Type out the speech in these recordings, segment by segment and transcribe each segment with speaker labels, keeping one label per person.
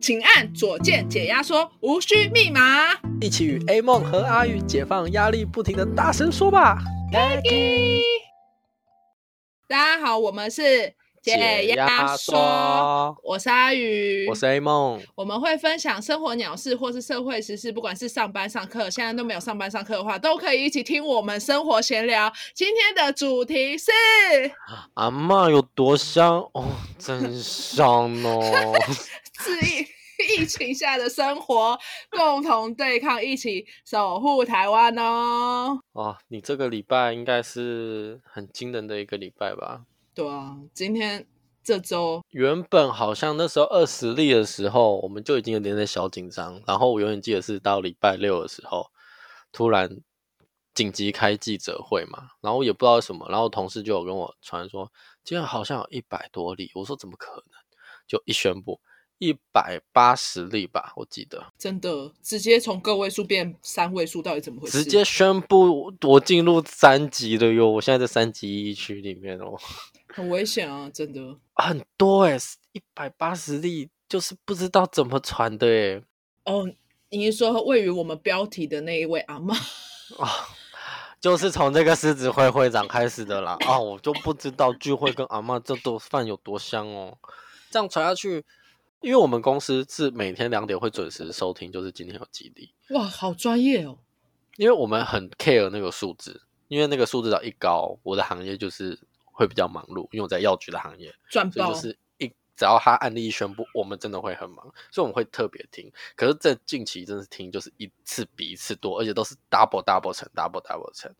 Speaker 1: 请按左键解压缩，无需密码。
Speaker 2: 一起与 A 梦和阿宇解放压力，不停的大声说吧。
Speaker 1: 大家好，我们是压嗯缩，
Speaker 2: 说，
Speaker 1: 我是阿宇，
Speaker 2: 我是 A 梦，
Speaker 1: 我们会分享生活鸟事或是社会时事，不管是上班上课，现在都没有上班上课的话，都可以一起听我们生活闲聊。今天的主题 是，
Speaker 2: 阿嬷有多伤哦，真伤哦。
Speaker 1: 是疫疫情下的生活，共同对抗，一起守护台湾哦。
Speaker 2: 哦，你这个礼拜应该是很惊人的一个礼拜吧？
Speaker 1: 对啊，今天这周
Speaker 2: 原本好像那时候二十例的时候，我们就已经有点点小紧张。然后我永远记得是到礼拜六的时候，突然紧急开记者会嘛，然后也不知道什么，然后同事就有跟我传说，今天好像有一百多例。我说怎么可能？就一宣布一百八十例吧，我记得
Speaker 1: 真的直接从个位数变三位数，到底怎么回事？
Speaker 2: 直接宣布我进入三级了哟！我现在在三级疫区里面哦。
Speaker 1: 很危险啊，真的。
Speaker 2: 很多哎、欸，一百八十例，就是不知道怎么传的哎、欸。
Speaker 1: 哦，你是说位于我们标题的那一位阿 妈？
Speaker 2: 就是从这个狮子会会长开始的啦。啊，我就不知道聚会跟阿嬷这顿饭有多香哦。这样传下去，因为我们公司是每天两点会准时收听，就是今天有几例，
Speaker 1: 哇，好专业哦。
Speaker 2: 因为我们很 care 那个数字，因为那个数字只要一高，我的行业就是会比较忙碌，因为我在药局的行业，
Speaker 1: 赚
Speaker 2: 所以
Speaker 1: 爆！
Speaker 2: 就是一只要他案例一宣布，我们真的会很忙，所以我们会特别听。可是这近期真的是听就是一次比一次多，而且都是 double double 乘 double double 乘，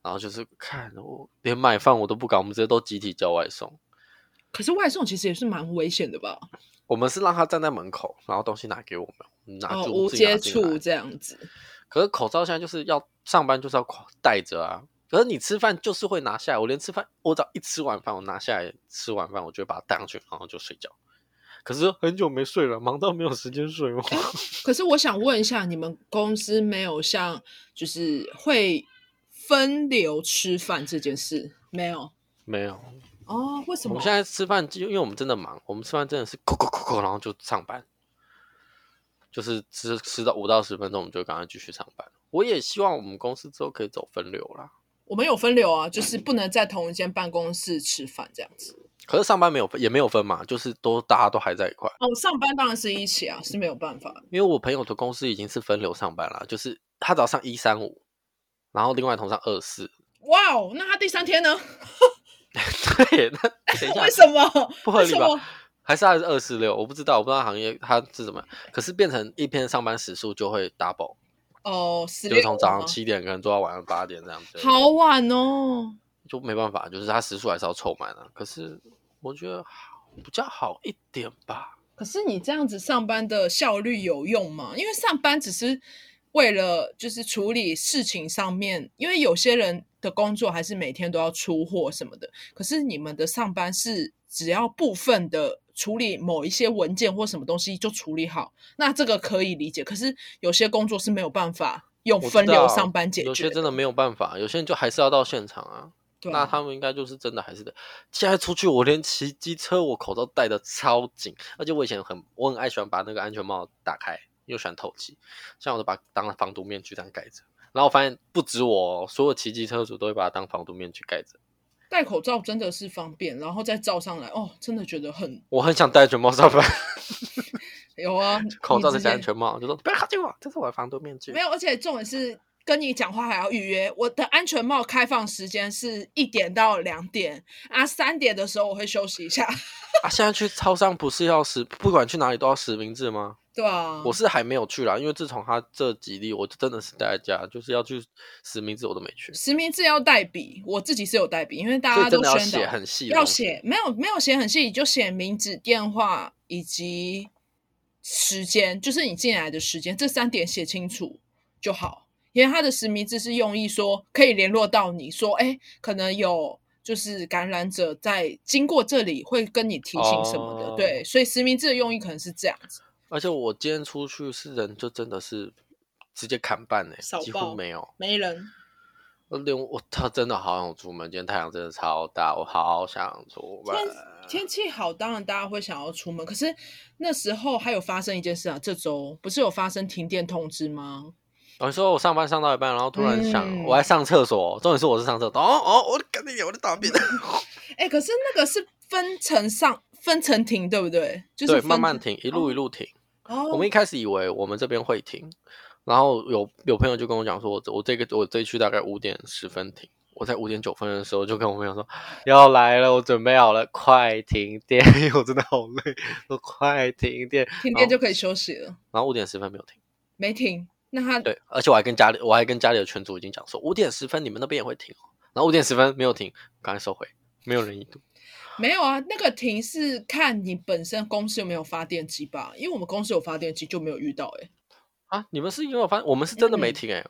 Speaker 2: 然后就是看我连买饭我都不敢，我们直接都集体叫外送。
Speaker 1: 可是外送其实也是蛮危险的吧？
Speaker 2: 我们是让他站在门口，然后东西拿给我们，拿
Speaker 1: 哦，
Speaker 2: 住、
Speaker 1: 无
Speaker 2: 自己拿
Speaker 1: 接
Speaker 2: 进来
Speaker 1: 触这样子。
Speaker 2: 可是口罩现在就是要上班就是要戴着啊。可是你吃饭就是会拿下来，我连吃饭，我只要一吃晚饭，我拿下来吃晚饭，我就会把它戴上去，然后就睡觉。可是很久没睡了，忙到没有时间睡哦。
Speaker 1: 可是我想问一下，你们公司没有像就是会分流吃饭这件事没有？
Speaker 2: 没有，
Speaker 1: 哦，为什
Speaker 2: 我
Speaker 1: 么
Speaker 2: 们？现在吃饭就，因为我们真的忙，我们吃饭真的是扣扣扣扣，然后就上班，就是吃吃到五到十分钟，我们就赶快继续上班。我也希望我们公司之后可以走分流啦，
Speaker 1: 我们有分流啊，就是不能在同一间办公室吃饭这样子。
Speaker 2: 可是上班没有分，也没有分嘛，就是都大家都还在一块。
Speaker 1: 哦，上班当然是一起啊，是没有办法。
Speaker 2: 因为我朋友的公司已经是分流上班了，就是他早上一三五，然后另外同上二四。
Speaker 1: 哇哦，那他第三天呢？
Speaker 2: 对，那等一下
Speaker 1: 为什么？
Speaker 2: 不合
Speaker 1: 为
Speaker 2: 理
Speaker 1: 什
Speaker 2: 吧
Speaker 1: 么？
Speaker 2: 还是他是二四六，我不知道，我不知道行业他是怎么样。可是变成一天上班时数就会 double，
Speaker 1: 哦，十
Speaker 2: 就
Speaker 1: 六
Speaker 2: 是从早上七点可能做到晚上八点这样子。
Speaker 1: 好晚哦。
Speaker 2: 就没办法，就是他时数还是要凑满啊。可是我觉得好比较好一点吧。
Speaker 1: 可是你这样子上班的效率有用吗？因为上班只是为了就是处理事情上面，因为有些人的工作还是每天都要出货什么的。可是你们的上班是只要部分的处理某一些文件或什么东西就处理好，那这个可以理解。可是有些工作是没有办法用
Speaker 2: 我知
Speaker 1: 分流
Speaker 2: 道
Speaker 1: 上班解决
Speaker 2: 有些真的没有办法，有些人就还是要到现场啊。
Speaker 1: 对啊
Speaker 2: 那他们应该就是真的还是得。现在出去，我连骑机车，我口罩戴的超紧，而且我以前很我很爱喜欢把那个安全帽打开，又喜欢透气，像我都把它当防毒面具这样盖着。然后我发现不止我、哦，所有骑机车主都会把它当防毒面具盖着。
Speaker 1: 戴口罩真的是方便，然后再罩上来，哦，真的觉得很
Speaker 2: 我很想戴安全帽 上班，，
Speaker 1: 有啊
Speaker 2: 口罩
Speaker 1: 你
Speaker 2: 再
Speaker 1: 之
Speaker 2: 加
Speaker 1: 前
Speaker 2: 安全帽，就说不要靠近我，这是我的防毒面具
Speaker 1: 没。有，而且重点是跟你讲话还要预约。我的安全帽开放时间是一点到两点啊，三点的时候我会休息一下。
Speaker 2: 啊，现在去超商不是要实，不管去哪里都要实名制吗？
Speaker 1: 对啊，
Speaker 2: 我是还没有去啦，因为自从他这几例，我就真的是待在家，就是要去实名制我都没去，
Speaker 1: 实名制要代笔，我自己是有代笔，因为大
Speaker 2: 所以
Speaker 1: 家
Speaker 2: 真
Speaker 1: 都
Speaker 2: 的要
Speaker 1: 宣导
Speaker 2: 写很细哦的
Speaker 1: 要
Speaker 2: 东西，
Speaker 1: 写，没有没有写很细，你就写名字、电话以及时间，就是你进来的时间，这三点写清楚就好。因为他的实名制是用意说可以联络到你说，哎，可能有就是感染者在经过这里会跟你提醒什么的，
Speaker 2: 哦
Speaker 1: 对，所以实名制的用意可能是这样子。
Speaker 2: 而且我今天出去是人就真的是直接砍半哎、
Speaker 1: 少
Speaker 2: 几
Speaker 1: 爆
Speaker 2: 乎没有，
Speaker 1: 没人，
Speaker 2: 我连我他真的好想出门，今天太阳真的超大，我好想出门。
Speaker 1: 天气好，当然大家会想要出门。可是那时候还有发生一件事啊，这周不是有发生停电通知吗？
Speaker 2: 我、哦说我上班上到一半，然后突然想，
Speaker 1: 嗯
Speaker 2: 我还上厕所，重点是我是上厕所，哦哦，我赶紧我就大便，
Speaker 1: 哎、可是那个是分层上分层停，对不对？就是
Speaker 2: 对，
Speaker 1: 分
Speaker 2: 慢慢停，一路一路停。
Speaker 1: 哦，
Speaker 2: 我们一开始以为我们这边会停，然后有有朋友就跟我讲说，我我这个我这一区大概五点十分停，我在五点九分的时候就跟我朋友说要来了，我准备好了，快停电， 因为我真的好累，说快停电，
Speaker 1: 停电就可以休息了，
Speaker 2: 然后五点十分没有停，
Speaker 1: 没停。那他
Speaker 2: 对，而且我还跟家里我还跟家里的群主已经讲说五点十分你们那边也会停哦，然后五点十分没有停，赶快收回，没有人已读，
Speaker 1: 没有啊？那个停是看你本身公司有没有发电机吧？因为我们公司有发电机就没有遇到、欸。哎，
Speaker 2: 啊，你们是因为我发现我们是真的没停哎、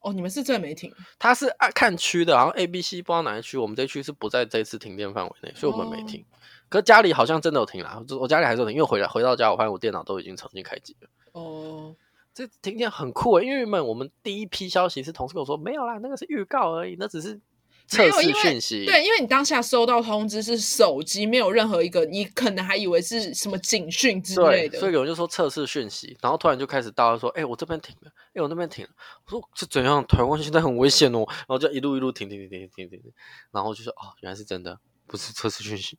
Speaker 1: 哦，你们是真的没停，
Speaker 2: 它是按看区的，然后 A、B、C 不知道哪一区，我们这一区是不在这一次停电范围内，所以我们没
Speaker 1: 哦
Speaker 2: 停。可家里好像真的有停啦，我我家里还是有停，因为回来回到家，我发现我电脑都已经重新开机了。
Speaker 1: 哦，
Speaker 2: 这停电很酷诶、欸因为原本我们第一批消息是同事跟我说没有啦，那个是预告而已，那只是测
Speaker 1: 没有
Speaker 2: 试
Speaker 1: 因为
Speaker 2: 讯息。
Speaker 1: 对，因为你当下收到通知是手机，没有任何一个，你可能还以为是什么警讯之类
Speaker 2: 对，
Speaker 1: 的。
Speaker 2: 所以有人就说测试讯息，然后突然就开始大家说：“哎、我这边停了，哎、我那边停了。”我说：“这怎样？台湾现在很危险哦。”然后就一路一路停停停停停停停，然后就说：“哦，原来是真的，不是测试讯息。”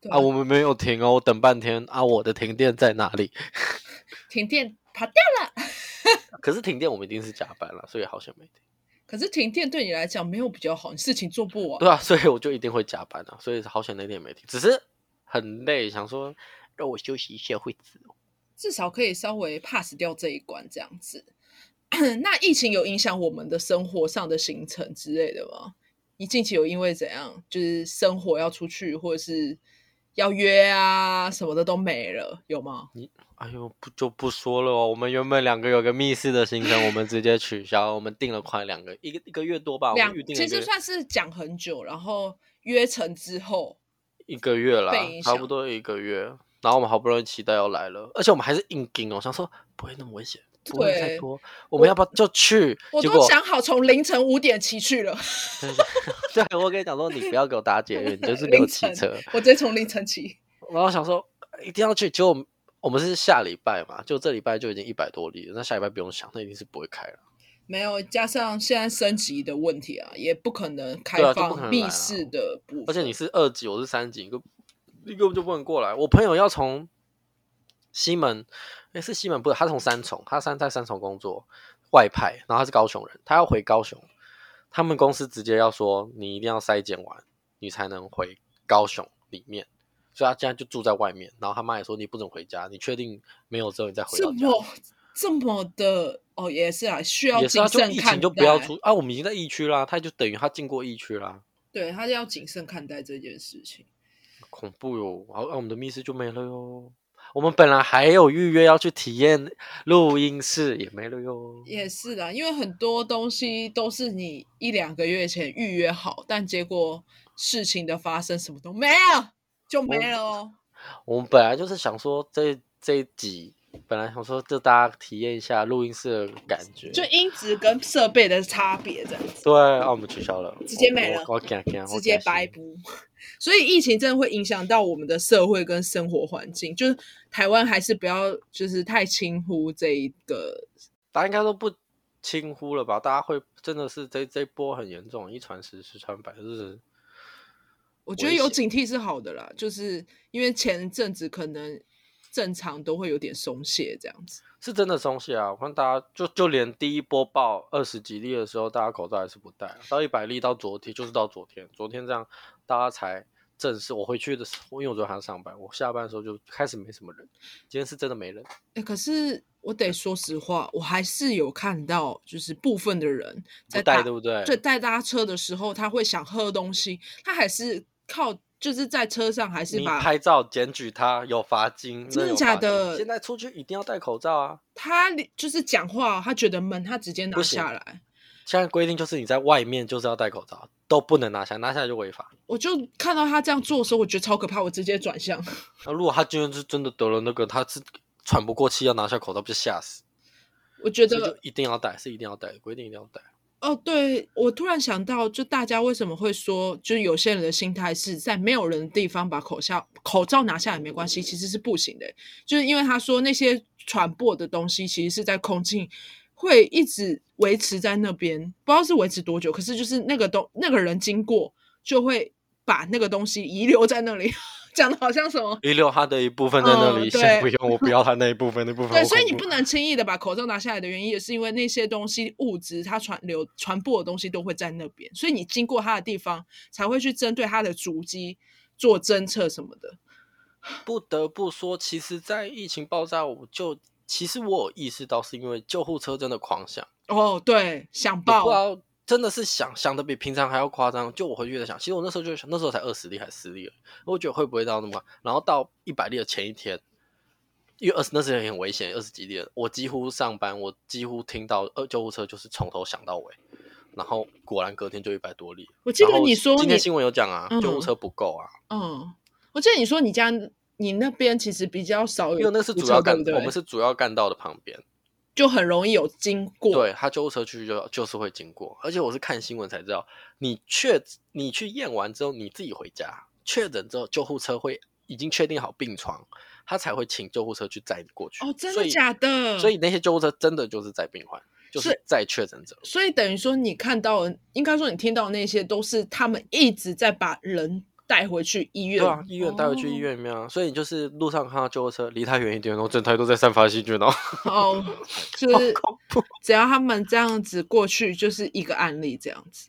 Speaker 1: 对
Speaker 2: 啊，我们没有停哦，我等半天啊，我的停电在哪里？
Speaker 1: 停电跑掉了。
Speaker 2: 可是停电我们一定是加班了，所以好险没停。
Speaker 1: 可是停电对你来讲没有比较好，你事情做不完。
Speaker 2: 对啊，所以我就一定会加班啊，所以好险那天没停，只是很累，想说让我休息一下会子哦。
Speaker 1: 至少可以稍微 pass 掉这一关，这样子。 那疫情有影响我们的生活上的行程之类的吗？你近期有因为怎样，就是生活要出去或者是要约啊什么的都没了，有吗？
Speaker 2: 哎呦，不就不说了哦，我们原本两个有个密室的行程，我们直接取消，我们定了快两个一个一个月多吧，我
Speaker 1: 两
Speaker 2: 们预定了
Speaker 1: 其
Speaker 2: 一个
Speaker 1: 实
Speaker 2: 月
Speaker 1: 算是讲很久，然后约成之后，
Speaker 2: 一个月啦
Speaker 1: 被影，响
Speaker 2: 差不多一个月。然后我们好不容易期待要来了，而且我们还是硬盯哦，想说不会那么危险，不会
Speaker 1: 对
Speaker 2: 太多，我们要不要就去？
Speaker 1: 我
Speaker 2: 结
Speaker 1: 都
Speaker 2: 果
Speaker 1: 想好从凌晨五点骑去了，
Speaker 2: 对，我跟你讲说，你不要给我搭捷运，你就是给我
Speaker 1: 凌
Speaker 2: 骑
Speaker 1: 晨
Speaker 2: 车。
Speaker 1: 我直接从凌晨骑。
Speaker 2: 然后想说一定要去，结果我们是下礼拜嘛，就这礼拜就已经一百多例了，那下礼拜不用想，那一定是不会开了。
Speaker 1: 没有，加上现在升级的问题啊，也不可能开
Speaker 2: 对啊就不可
Speaker 1: 放
Speaker 2: 能
Speaker 1: 密
Speaker 2: 来啊
Speaker 1: 室的部分。
Speaker 2: 而且你是二级，我是三级，你根你根本就不能过来。我朋友要从西门，哎是西门，不是他从三重，他三在三重工作外派，然后他是高雄人，他要回高雄，他们公司直接要说你一定要筛检完，你才能回高雄里面。所以他现在就住在外面，然后他妈也说你不准回家，你确定没有之后你再回
Speaker 1: 这
Speaker 2: 到家。
Speaker 1: 么这么的哦，也是啊，需要
Speaker 2: 也是啊，
Speaker 1: 谨
Speaker 2: 就
Speaker 1: 慎
Speaker 2: 疫
Speaker 1: 看
Speaker 2: 情
Speaker 1: 待。
Speaker 2: 就不要出啊，我们已经在疫区啦，他就等于他进过疫区啦，
Speaker 1: 对，他要谨慎看待这件事情。
Speaker 2: 恐怖哟！然后、啊、我们的密室就没了哟。我们本来还有预约要去体验录音室，也没了哟。
Speaker 1: 也是啊，因为很多东西都是你一两个月前预约好，但结果事情的发生什么都没有，就没了哦。
Speaker 2: 我们本来就是想说这这一集，本来想说就大家体验一下录音室的感觉，
Speaker 1: 就音质跟设备的差别这样子，
Speaker 2: 对，啊，我们取消了，
Speaker 1: 直接没了
Speaker 2: 我我我
Speaker 1: 直
Speaker 2: 我
Speaker 1: 接掰
Speaker 2: 我
Speaker 1: 不。所以疫情真的会影响到我们的社会跟生活环境，就是台湾还是不要就是太轻忽这一个
Speaker 2: 大家应该都不轻忽了吧？大家会真的是这这一波很严重，一传十，十传百，就是
Speaker 1: 我觉得
Speaker 2: 危
Speaker 1: 有
Speaker 2: 险
Speaker 1: 警惕是好的啦，就是因为前阵子可能正常都会有点松懈这样子。
Speaker 2: 是真的松懈啊！我看大家就就连第一波报二十几例的时候，大家口罩还是不戴啊、到一百例到昨天就是到昨天，昨天这样大家才正式。我回去的时候，因为我昨天还要上班，我下班的时候就开始没什么人，今天是真的没人。
Speaker 1: 哎、可是呃我得说实话，我还是有看到，就是部分的人在
Speaker 2: 不戴
Speaker 1: 搭
Speaker 2: 对不对？
Speaker 1: 对带搭车的时候，他会想喝东西，他还是靠就是在车上还是
Speaker 2: 你
Speaker 1: 把
Speaker 2: 拍照检举他有罚金，
Speaker 1: 真的
Speaker 2: 那有
Speaker 1: 假
Speaker 2: 罚金
Speaker 1: 的
Speaker 2: 现在出去一定要戴口罩啊！
Speaker 1: 他就是讲话，他觉得闷，他直接拿
Speaker 2: 不行
Speaker 1: 下来。
Speaker 2: 现在规定就是你在外面就是要戴口罩，都不能拿下，拿下来就违法。
Speaker 1: 我就看到他这样做的时候，我觉得超可怕，我直接转向。
Speaker 2: 那如果他今天是真的得了那个，他是喘不过气要拿下口罩，不就吓死？
Speaker 1: 我觉
Speaker 2: 所以
Speaker 1: 得
Speaker 2: 就一定要戴，是一定要戴，规定一定要戴。
Speaker 1: 哦，对，我突然想到，就大家为什么会说，就是有些人的心态是在没有人的地方把口罩口罩拿下来没关系，其实是不行的，就是因为他说那些传播的东西其实是在空气会一直维持在那边，不知道是维持多久，可是就是那个东那个人经过就会把那个东西遗留在那里， 讲的好像什么。
Speaker 2: 遗留它的一部分在那
Speaker 1: 嗯
Speaker 2: 里，
Speaker 1: 对
Speaker 2: 先不用，我不要它那一部分，那部分
Speaker 1: 对，
Speaker 2: 好
Speaker 1: 所以
Speaker 2: 恐
Speaker 1: 你
Speaker 2: 怖
Speaker 1: 不能轻易的把口罩拿下来的原因，也是因为那些东西物质它传流传播的东西都会在那边，所以你经过它的地方才会去针对它的足迹做侦测什么的。
Speaker 2: 不得不说，其实，在疫情爆炸，我就其实我有意识到，是因为救护车真的狂响，
Speaker 1: 哦，对，想
Speaker 2: 我不知
Speaker 1: 爆，
Speaker 2: 道真的是响响的比平常还要夸张。就我回去在想，其实我那时候就想，那时候才二十例还是十例而已，我觉得会不会到那么快？然后到一百例的前一天，因为二十那时候也很危险，二十几例了，我几乎上班，我几乎听到呃救护车就是从头响到尾。然后果然隔天就一百多例，
Speaker 1: 我记
Speaker 2: 然
Speaker 1: 得
Speaker 2: 后
Speaker 1: 你说
Speaker 2: 今
Speaker 1: 你
Speaker 2: 天，新闻有讲啊，
Speaker 1: 嗯
Speaker 2: 救护车不够啊，
Speaker 1: 嗯，我记得你说你家你那边其实比较少有，
Speaker 2: 因为那是主要干，
Speaker 1: 对不对
Speaker 2: 我们是主要干道的旁边，
Speaker 1: 就很容易有经过，
Speaker 2: 对他救护车去就就是会经过，而且我是看新闻才知道，你确你去验完之后你自己回家确诊之后，救护车会已经确定好病床，他才会请救护车去载你过去。
Speaker 1: 哦，真
Speaker 2: 所
Speaker 1: 的
Speaker 2: 以
Speaker 1: 假的？
Speaker 2: 所以那些救护车真的就是载病患，就是是载确诊者。
Speaker 1: 所以等于说，你看到的，应该说你听到的那些，都是他们一直在把人带回去医院，哦
Speaker 2: 对啊，医院带回去医院里面啊，所以你就是路上看到救护车，离太远一点，然后整台都在散发细菌哦。
Speaker 1: 哦，哦就是只要他们这样子过去，就是一个案例这样子。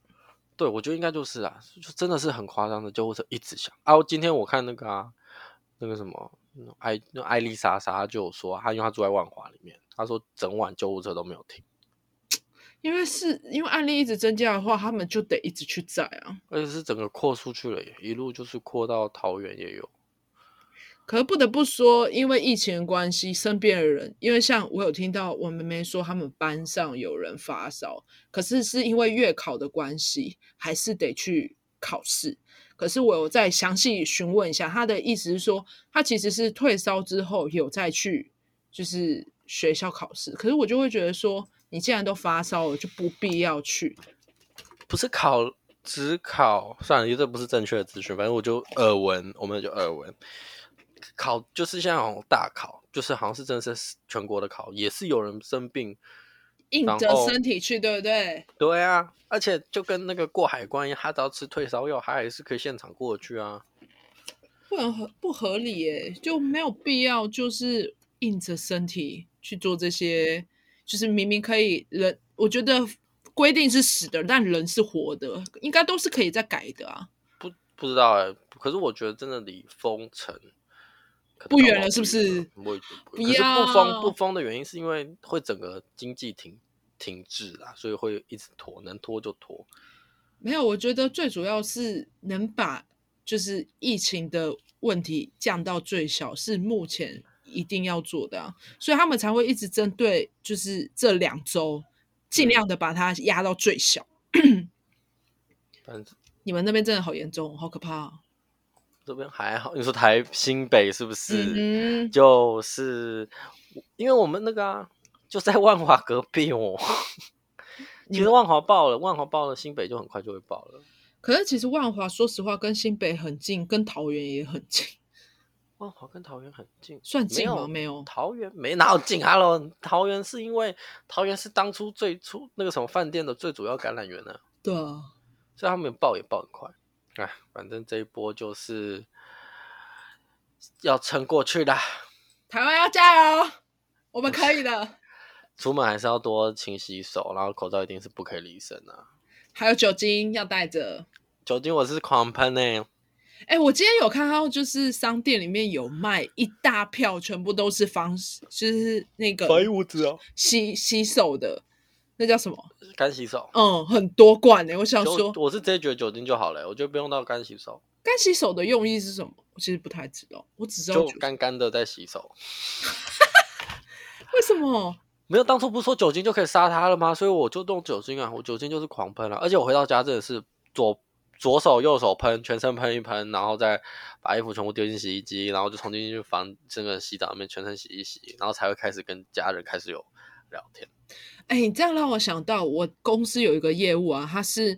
Speaker 2: 对，我觉得应该就是啊，就真的是很夸张的救护车一直响啊！我今天我看那个啊，那个什么嗯艾那艾丽莎莎她就有说啊，她因为她住在万华里面，她说整晚救护车都没有停，
Speaker 1: 因为是因为案例一直增加的话，他们就得一直去载啊。
Speaker 2: 而且是整个扩出去了耶，一路就是扩到桃园也有。
Speaker 1: 可是不得不说，因为疫情的关系，身边的人，因为像我有听到我妹妹说，他们班上有人发烧，可是是因为月考的关系，还是得去考试。可是我有再详细询问一下，她的意思是说，她其实是退烧之后有再去就是学校考试。可是我就会觉得说，你既然都发烧了，就不必要去。
Speaker 2: 不是考只考算了，因为这不是正确的资讯，反正我就耳闻，我们就耳闻。考就是像那种大考，就是好像是真的是全国的考，也是有人生病，
Speaker 1: 硬
Speaker 2: 然
Speaker 1: 着
Speaker 2: 后
Speaker 1: 身体去，对不对？
Speaker 2: 对啊，而且就跟那个过海关一样，他只要吃退烧药，他还是可以现场过去啊。
Speaker 1: 不很合不合理耶、就没有必要就是硬着身体去做这些，就是明明可以人，我觉得规定是死的，但人是活的，应该都是可以再改的啊。
Speaker 2: 不不知道哎、可是我觉得真的离封城可能
Speaker 1: 不远
Speaker 2: 到
Speaker 1: 了是不是
Speaker 2: 我也觉得
Speaker 1: 不
Speaker 2: 不远可是不
Speaker 1: 要
Speaker 2: 封不封的原因是因为会整个经济停停滞啦，所以会一直拖，能拖就拖。
Speaker 1: 没有，我觉得最主要是能把就是疫情的问题降到最小，是目前一定要做的啊，所以他们才会一直针对就是这两周，尽
Speaker 2: 嗯
Speaker 1: 量的把它压到最小。
Speaker 2: 但是
Speaker 1: 你们那边真的好严重，好可怕、啊。
Speaker 2: 这边还好，你说台新北是不是？
Speaker 1: 嗯哼，
Speaker 2: 就是因为我们那个啊，就在万华隔壁哦。
Speaker 1: 你
Speaker 2: 其实万华爆了，万华爆了，新北就很快就会爆了。
Speaker 1: 可是其实万华，说实话，跟新北很近，跟桃园也很近，
Speaker 2: 万华跟桃园很近，
Speaker 1: 算近
Speaker 2: 没
Speaker 1: 吗？
Speaker 2: 有
Speaker 1: 没有，
Speaker 2: 桃园没哪有近？Hello，桃 园是因为桃园是当初最初那个什么饭店的最主要感染源呢、
Speaker 1: 对啊，
Speaker 2: 所以他们爆也爆很快。哎，反正这一波就是要撑过去啦。
Speaker 1: 台湾要加油，我们可以 的。
Speaker 2: 出门还是要多勤洗手，然后口罩一定是不可以离身啊。
Speaker 1: 还有酒精要带着。
Speaker 2: 酒精我是狂喷欸呢、
Speaker 1: 哎，我今天有看到，就是商店里面有卖一大票，全部都是防，就是那个
Speaker 2: 物质哦，
Speaker 1: 洗洗手的，那叫什么？
Speaker 2: 干洗手。
Speaker 1: 嗯，很多罐哎、我想
Speaker 2: 酒
Speaker 1: 说，
Speaker 2: 我是直接觉得酒精就好了、我觉得不用到干洗手，
Speaker 1: 干洗手的用意是什么？我其实不太知道，我只知道
Speaker 2: 就
Speaker 1: 酒
Speaker 2: 干干的再洗手。
Speaker 1: 为什么？
Speaker 2: 没有，当初不是说酒精就可以杀它了吗？所以我就用酒精啊，我酒精就是狂喷了、而且我回到家真的是左左手右手喷，全身喷一喷，然后再把衣服全部丢进洗衣机，然后就冲进去房这个洗澡里面全身洗一洗，然后才会开始跟家人开始有聊 天。
Speaker 1: 哎，你这样让我想到，我公司有一个业务啊，他是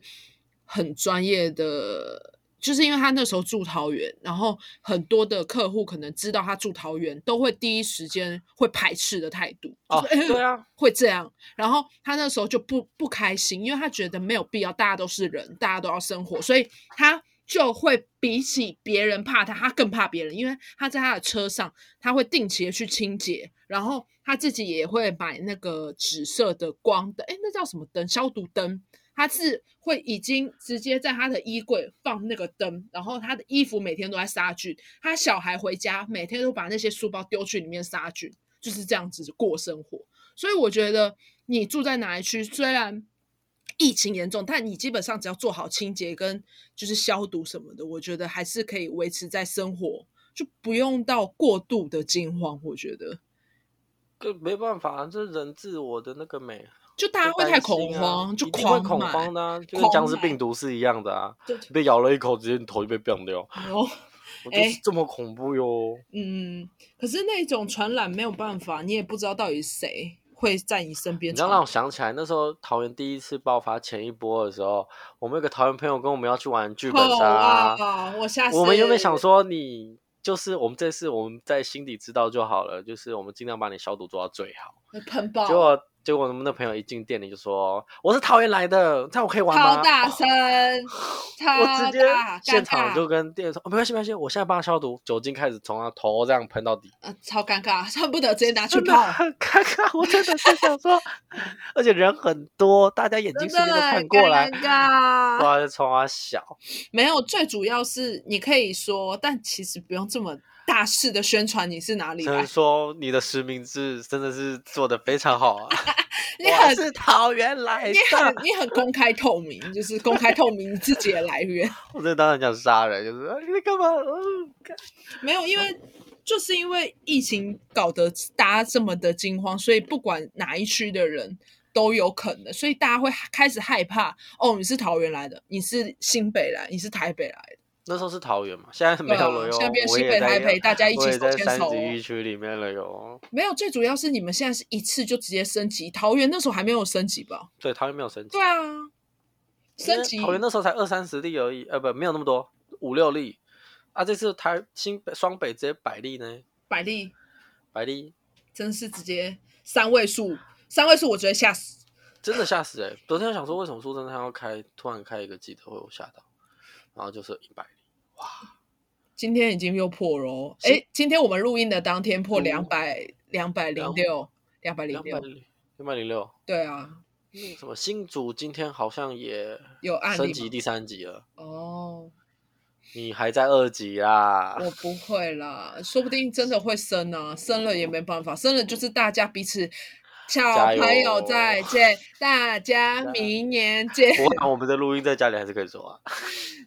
Speaker 1: 很专业的，就是因为他那时候住桃园，然后很多的客户可能知道他住桃园，都会第一时间会排斥的态度，
Speaker 2: 哦
Speaker 1: 就是哎
Speaker 2: 对啊，
Speaker 1: 会这样。然后他那时候就不不开心，因为他觉得没有必要，大家都是人，大家都要生活，所以他。就会比起别人怕他，他更怕别人，因为他在他的车上他会定期的去清洁，然后他自己也会买那个紫色的光灯，哎，那叫什么灯？消毒灯。他是会已经直接在他的衣柜放那个灯，然后他的衣服每天都在杀菌，他小孩回家每天都把那些书包丢去里面杀菌，就是这样子过生活。所以我觉得你住在哪一区，虽然疫情严重，但你基本上只要做好清洁跟就是消毒什么的，我觉得还是可以维持在生活，就不用到过度的惊慌。我觉得，
Speaker 2: 这没办法，这人自我的那个美，
Speaker 1: 就大家会太
Speaker 2: 担
Speaker 1: 恐
Speaker 2: 心啊
Speaker 1: 慌，就
Speaker 2: 一定会
Speaker 1: 狂
Speaker 2: 恐
Speaker 1: 买
Speaker 2: 慌的啊，就跟
Speaker 1: 狂
Speaker 2: 僵尸
Speaker 1: 买
Speaker 2: 病毒是一样的啊，
Speaker 1: 对，
Speaker 2: 被咬了一口，直接你头就被变掉，
Speaker 1: 然后
Speaker 2: 我就是
Speaker 1: 哎
Speaker 2: 这么恐怖哟。
Speaker 1: 嗯，可是那种传染没有办法，你也不知道到底谁会在你身边
Speaker 2: 你知道
Speaker 1: 传
Speaker 2: 让
Speaker 1: 染。
Speaker 2: 我想起来，那时候桃园第一次爆发前一波的时候，我们有个桃园朋友跟我们要去玩剧本杀、
Speaker 1: 哦
Speaker 2: 啊
Speaker 1: 哇啊我下次
Speaker 2: 我们原本想说你就是我们这次我们在心底知道就好了，就是我们尽量把你消毒做到最好。
Speaker 1: 会喷爆，
Speaker 2: 结果结果我们的朋友一进店里就说我是桃园来的，这样我可以玩吗？
Speaker 1: 超大声，
Speaker 2: 我
Speaker 1: 超
Speaker 2: 直接
Speaker 1: 大，
Speaker 2: 现
Speaker 1: 尴
Speaker 2: 场
Speaker 1: 尬
Speaker 2: 就跟店员说、哦，没关系没关系，我现在帮他消毒，酒精开始从他头这样喷到底。
Speaker 1: 呃超尴尬， 恨不得直接拿去
Speaker 2: 真的
Speaker 1: 泡。
Speaker 2: 很尴尬，我真的是 想说，而且人很多，大家眼睛
Speaker 1: 真
Speaker 2: 是
Speaker 1: 的
Speaker 2: 不是都
Speaker 1: 很
Speaker 2: 看过来
Speaker 1: 尴？尬，啊
Speaker 2: 哇，冲他小，
Speaker 1: 没有，最主要是你可以说，但其实不用这么大肆的宣传你是哪里
Speaker 2: 只能
Speaker 1: 来，
Speaker 2: 说你的实名制真的是做的非常好啊！
Speaker 1: 你
Speaker 2: 我
Speaker 1: 很
Speaker 2: 是桃园来
Speaker 1: 你
Speaker 2: 的，
Speaker 1: 很你很公开透明，就是公开透明你自己的来源。
Speaker 2: 我真的当然想杀人，就是啊你在干嘛？嗯，干
Speaker 1: 没有，因为就是因为疫情搞得大家这么的惊慌，所以不管哪一区的人都有可能，所以大家会开始害怕。哦，你是桃园来的，你是新北来，你是台北来的，
Speaker 2: 那时候是桃园嘛，现在 没有了
Speaker 1: 对啊
Speaker 2: 哟。
Speaker 1: 现在变
Speaker 2: 我
Speaker 1: 西
Speaker 2: 也
Speaker 1: 北
Speaker 2: 在
Speaker 1: 台北大家一起
Speaker 2: 我也
Speaker 1: 手
Speaker 2: 在
Speaker 1: 牵
Speaker 2: 三
Speaker 1: 手
Speaker 2: 十
Speaker 1: 哦
Speaker 2: 一区里面了哟。
Speaker 1: 没有。最主要是你们现在是一次就直接升级，桃园那时候还没有升级吧？
Speaker 2: 对，桃园没有升级
Speaker 1: 对，啊，
Speaker 2: 因
Speaker 1: 升
Speaker 2: 为
Speaker 1: 级
Speaker 2: 桃园那时候才二三十例而已，呃，不，没有那么多，五六例。啊，这次台新北双北直接百例呢，
Speaker 1: 百例
Speaker 2: 百例
Speaker 1: 真是直接三位数，三位数我直接吓死。
Speaker 2: 真的吓死哎、昨天我想说，为什么苏贞昌要开，突然开一个记者会，我吓到，然后就是一百例。
Speaker 1: 今天已经又破了哦！
Speaker 2: 是
Speaker 1: 哎，今天我们录音的当天破
Speaker 2: 嗯
Speaker 1: 两百两百零六两百零
Speaker 2: 两百
Speaker 1: 六，
Speaker 2: 两百零六，
Speaker 1: 对啊，
Speaker 2: 那个什么新竹今天好像也
Speaker 1: 有案
Speaker 2: 升
Speaker 1: 例
Speaker 2: 级
Speaker 1: 吗
Speaker 2: 第三级了，
Speaker 1: 哦，
Speaker 2: 你还在二级啊？
Speaker 1: 我不会啦，说不定真的会生啊，生了也没办法，生了就是大家彼此小
Speaker 2: 加油
Speaker 1: 朋友再见， 大家明年见。
Speaker 2: 我想我们的录音在家里还是可以做啊。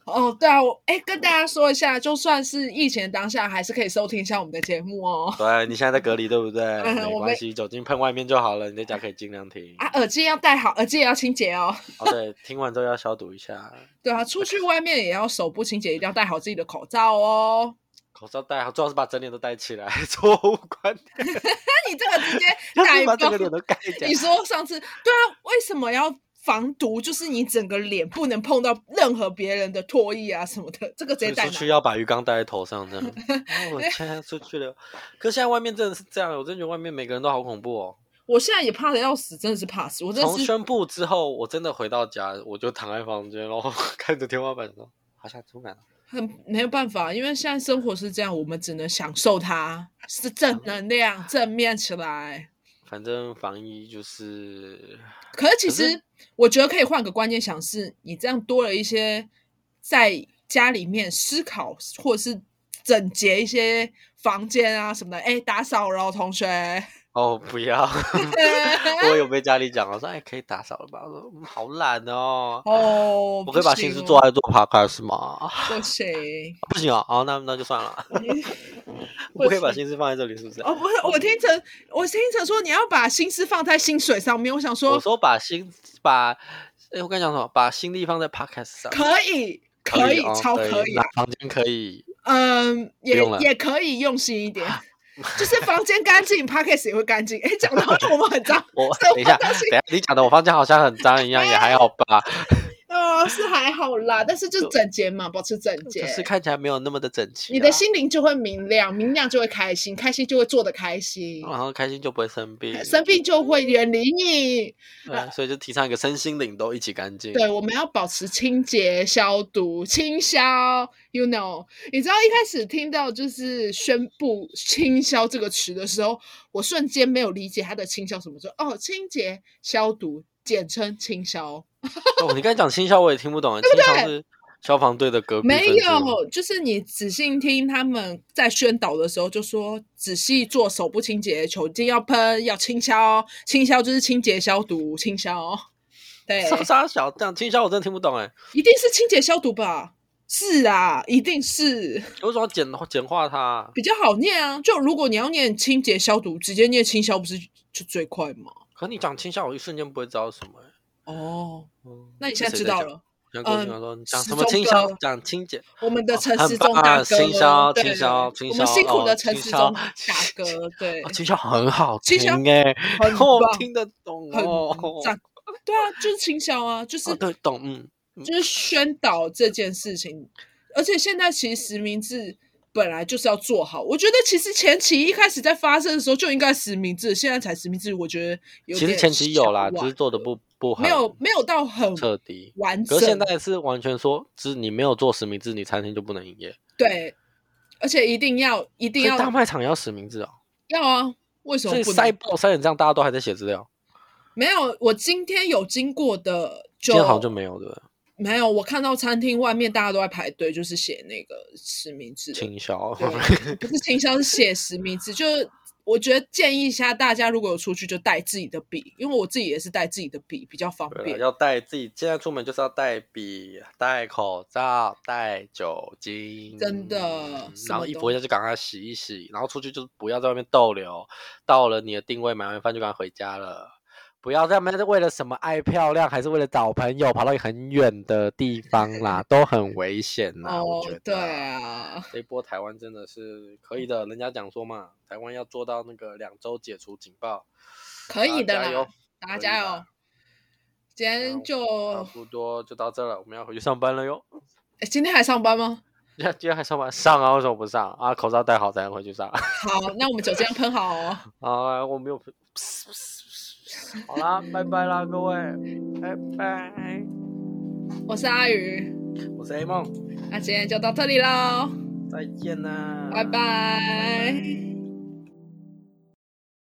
Speaker 1: 哦，对啊，我哎跟大家说一下，就算是疫情当下，还是可以收听一下我们的节目哦。
Speaker 2: 对，你现在在隔离对不对？
Speaker 1: 嗯
Speaker 2: 没
Speaker 1: 我
Speaker 2: 关
Speaker 1: 被
Speaker 2: 系，酒精喷外面就好了，你在家可以尽量听。
Speaker 1: 啊，耳机要戴好，耳机也要清洁哦。
Speaker 2: 哦，对，听完之后要消毒一下，
Speaker 1: 对啊，出去外面也要手部清洁，一定要戴好自己的口罩哦。
Speaker 2: 口罩戴好，最好是把整脸都戴起来， 错误 观念，
Speaker 1: 那你这个直接
Speaker 2: 要
Speaker 1: 带
Speaker 2: 是把整
Speaker 1: 风
Speaker 2: 个，脸都盖起来
Speaker 1: 你。说上次对啊，为什么要防毒？就是你整个脸不能碰到任何别人的唾液啊什么的，这个直接
Speaker 2: 所以
Speaker 1: 带
Speaker 2: 出去
Speaker 1: 拿。
Speaker 2: 要把鱼缸戴在头 上，这样。哦，我现在出去了，可是现在外面真的是这样，我真觉得外面每个人都好恐怖哦。
Speaker 1: 我现在也怕的要死，真的是怕死，我真
Speaker 2: 从
Speaker 1: 的是
Speaker 2: 宣布之后，我真的回到家，我就躺在房间，然后 看着天花板说：“好想出门了。
Speaker 1: 很没有办法，因为现在生活是这样，我们只能享受它，是
Speaker 2: 嗯
Speaker 1: 正能量，正面起来。”
Speaker 2: 反正防疫就是
Speaker 1: 可是其
Speaker 2: 可是
Speaker 1: 实我觉得可以换个观念想是，你这样多了一些在家里面思考或者是整洁一些房间啊什么的。哎，打扫了哦，同学。
Speaker 2: 哦，不 要，我有被家里讲，我说：“哎，可以打扫了吧？”我说：“嗯、好懒哦。”
Speaker 1: 哦，
Speaker 2: 我可以把心
Speaker 1: 心
Speaker 2: 思做在做 podcast 吗？
Speaker 1: 不行。
Speaker 2: 不行啊，哦，那那就算了，
Speaker 1: 不
Speaker 2: 不可以把
Speaker 1: 行
Speaker 2: 心思放在这里，是不是？
Speaker 1: 哦，不是，我听成我听成说你要把心思放在薪水上面，我想
Speaker 2: 我
Speaker 1: 说
Speaker 2: 说把心把，哎，我跟你讲什么？把心力放在 podcast 上，
Speaker 1: 可以，可以，
Speaker 2: 哦
Speaker 1: 超可以
Speaker 2: 拿
Speaker 1: 啊，
Speaker 2: 房间可以，
Speaker 1: 嗯，也
Speaker 2: 用了，
Speaker 1: 也可以用心一点。就是房间干净 p a c k a g e 也会干净。哎，讲的好像我们很脏
Speaker 2: 我
Speaker 1: 所以
Speaker 2: 等一下，
Speaker 1: 担
Speaker 2: 等
Speaker 1: 心
Speaker 2: 一下，你讲的我房间好像很脏一样，也还 好吧，
Speaker 1: 呃，是还好啦，但是就是整洁嘛，保持整洁
Speaker 2: 可。是看起来没有那么的整齐啊、
Speaker 1: 你的心灵就会明亮，明亮就会开心，开心就会做得开心，
Speaker 2: 然后开心就不会生病，
Speaker 1: 生病就会远离你。
Speaker 2: 对，所以就提倡一个身心灵都一起干净。
Speaker 1: 对，我们要保持清洁、消毒、清消，you know。你知道一开始听到就是宣布“清消”这个词的时候，我瞬间没有理解它的“清消”什么，说哦，清洁、消毒，简称“清消
Speaker 2: 哦，你刚才讲清消我也听不懂啊，清消是消防队的隔”。壁
Speaker 1: 没
Speaker 2: 分支吗
Speaker 1: 有，就是你仔细听他们在宣导的时候，就说仔细做手部清洁，酒精要喷，要清消，清消就是清洁、消毒、清消。 对，
Speaker 2: 傻傻小这样清消我真的听不懂哎，
Speaker 1: 一定是清洁消毒吧？是啊，一定是。
Speaker 2: 你为什么要简简化它啊？
Speaker 1: 比较好念啊。就如果你要念清洁消毒，直接念清消不是就最快吗？
Speaker 2: 可你讲清消，我一瞬间不会知道是什么哎。
Speaker 1: 哦，
Speaker 2: 嗯
Speaker 1: 那你现在知道。了。
Speaker 2: 是谁在讲像郭庆
Speaker 1: 嗯
Speaker 2: 阳说，你讲
Speaker 1: 时
Speaker 2: 什么
Speaker 1: 钟
Speaker 2: 清消
Speaker 1: 哥？
Speaker 2: 讲清洁，
Speaker 1: 我们的
Speaker 2: 哦
Speaker 1: 陈
Speaker 2: 很
Speaker 1: 时中
Speaker 2: 棒
Speaker 1: 大哥，
Speaker 2: 清消
Speaker 1: 对
Speaker 2: 清消清
Speaker 1: 我们
Speaker 2: 消
Speaker 1: 辛苦
Speaker 2: 哦
Speaker 1: 的陈
Speaker 2: 清
Speaker 1: 时
Speaker 2: 消
Speaker 1: 中大哥，对，
Speaker 2: 哦，清消很好
Speaker 1: 清
Speaker 2: 听
Speaker 1: 消
Speaker 2: 哎，
Speaker 1: 很
Speaker 2: 哦
Speaker 1: 棒，
Speaker 2: 听得懂
Speaker 1: 很
Speaker 2: 哦，
Speaker 1: 赞。对啊，就是清消啊，就是、
Speaker 2: 哦对懂嗯，
Speaker 1: 就是宣导这件事情，而且现在其实实名制本来就是要做好。我觉得其实前期一开始在发生的时候就应该实名制，现在才实名制，我觉得有
Speaker 2: 其实
Speaker 1: 点
Speaker 2: 前期有啦，
Speaker 1: 小
Speaker 2: 只
Speaker 1: 晚
Speaker 2: 是做的不不很
Speaker 1: 没有没有到很
Speaker 2: 彻底。
Speaker 1: 完整。
Speaker 2: 可是现在是完全说，只你没有做实名制，你餐厅就不能营业。
Speaker 1: 对，而且一定要一定
Speaker 2: 所以
Speaker 1: 要
Speaker 2: 大卖场也要实名制哦，
Speaker 1: 要啊！为什
Speaker 2: 所
Speaker 1: 么
Speaker 2: 以
Speaker 1: 不
Speaker 2: 塞
Speaker 1: 能？
Speaker 2: 爆塞成这样，大家都还在写资料，
Speaker 1: 没有，我今天有经过的就
Speaker 2: 今天好像就没有对不对？
Speaker 1: 没有。我看到餐厅外面大家都在排队，就是写那个实名制的，
Speaker 2: 清销，
Speaker 1: 对不是清销，是写实名制。就是我觉得建议一下大家，如果有出去就带自己的笔，因为我自己也是带自己的笔比较方
Speaker 2: 对啦
Speaker 1: 便。
Speaker 2: 要带自己，现在出门就是要带笔、戴口罩、带酒精，
Speaker 1: 真的
Speaker 2: 嗯
Speaker 1: 什
Speaker 2: 然
Speaker 1: 么
Speaker 2: 后衣
Speaker 1: 都
Speaker 2: 服要就赶快洗一洗，然后出去就是不要在外面逗留，到了你的定位，买完饭就赶快回家了。不要在外面为了什么爱漂亮，还是为了找朋友跑到很远的地方 啦，都很危险啦。我
Speaker 1: 哦
Speaker 2: 觉得，，
Speaker 1: 对啊，
Speaker 2: 这一波台湾真的是可以的，人家讲说嘛，台湾要做到那个两周解除警报，
Speaker 1: 可以的
Speaker 2: 大家加油
Speaker 1: 啦，大家
Speaker 2: 可以
Speaker 1: 加油
Speaker 2: 的！
Speaker 1: 今
Speaker 2: 好
Speaker 1: 天
Speaker 2: 差
Speaker 1: 就
Speaker 2: 不多就到这了，我们要回去上班了哟。
Speaker 1: 诶今天还上班吗？
Speaker 2: 今天今天还上班？上啊，为什么不上啊？口罩戴好才能回去上。
Speaker 1: 好，那我们酒精要喷好哦。
Speaker 2: 啊，我没有。好啦，拜拜啦，各位，拜拜。
Speaker 1: 我是阿宇，
Speaker 2: 我是 A 梦，
Speaker 1: 那今天就到这里喽，
Speaker 2: 再见啦，
Speaker 1: 拜拜。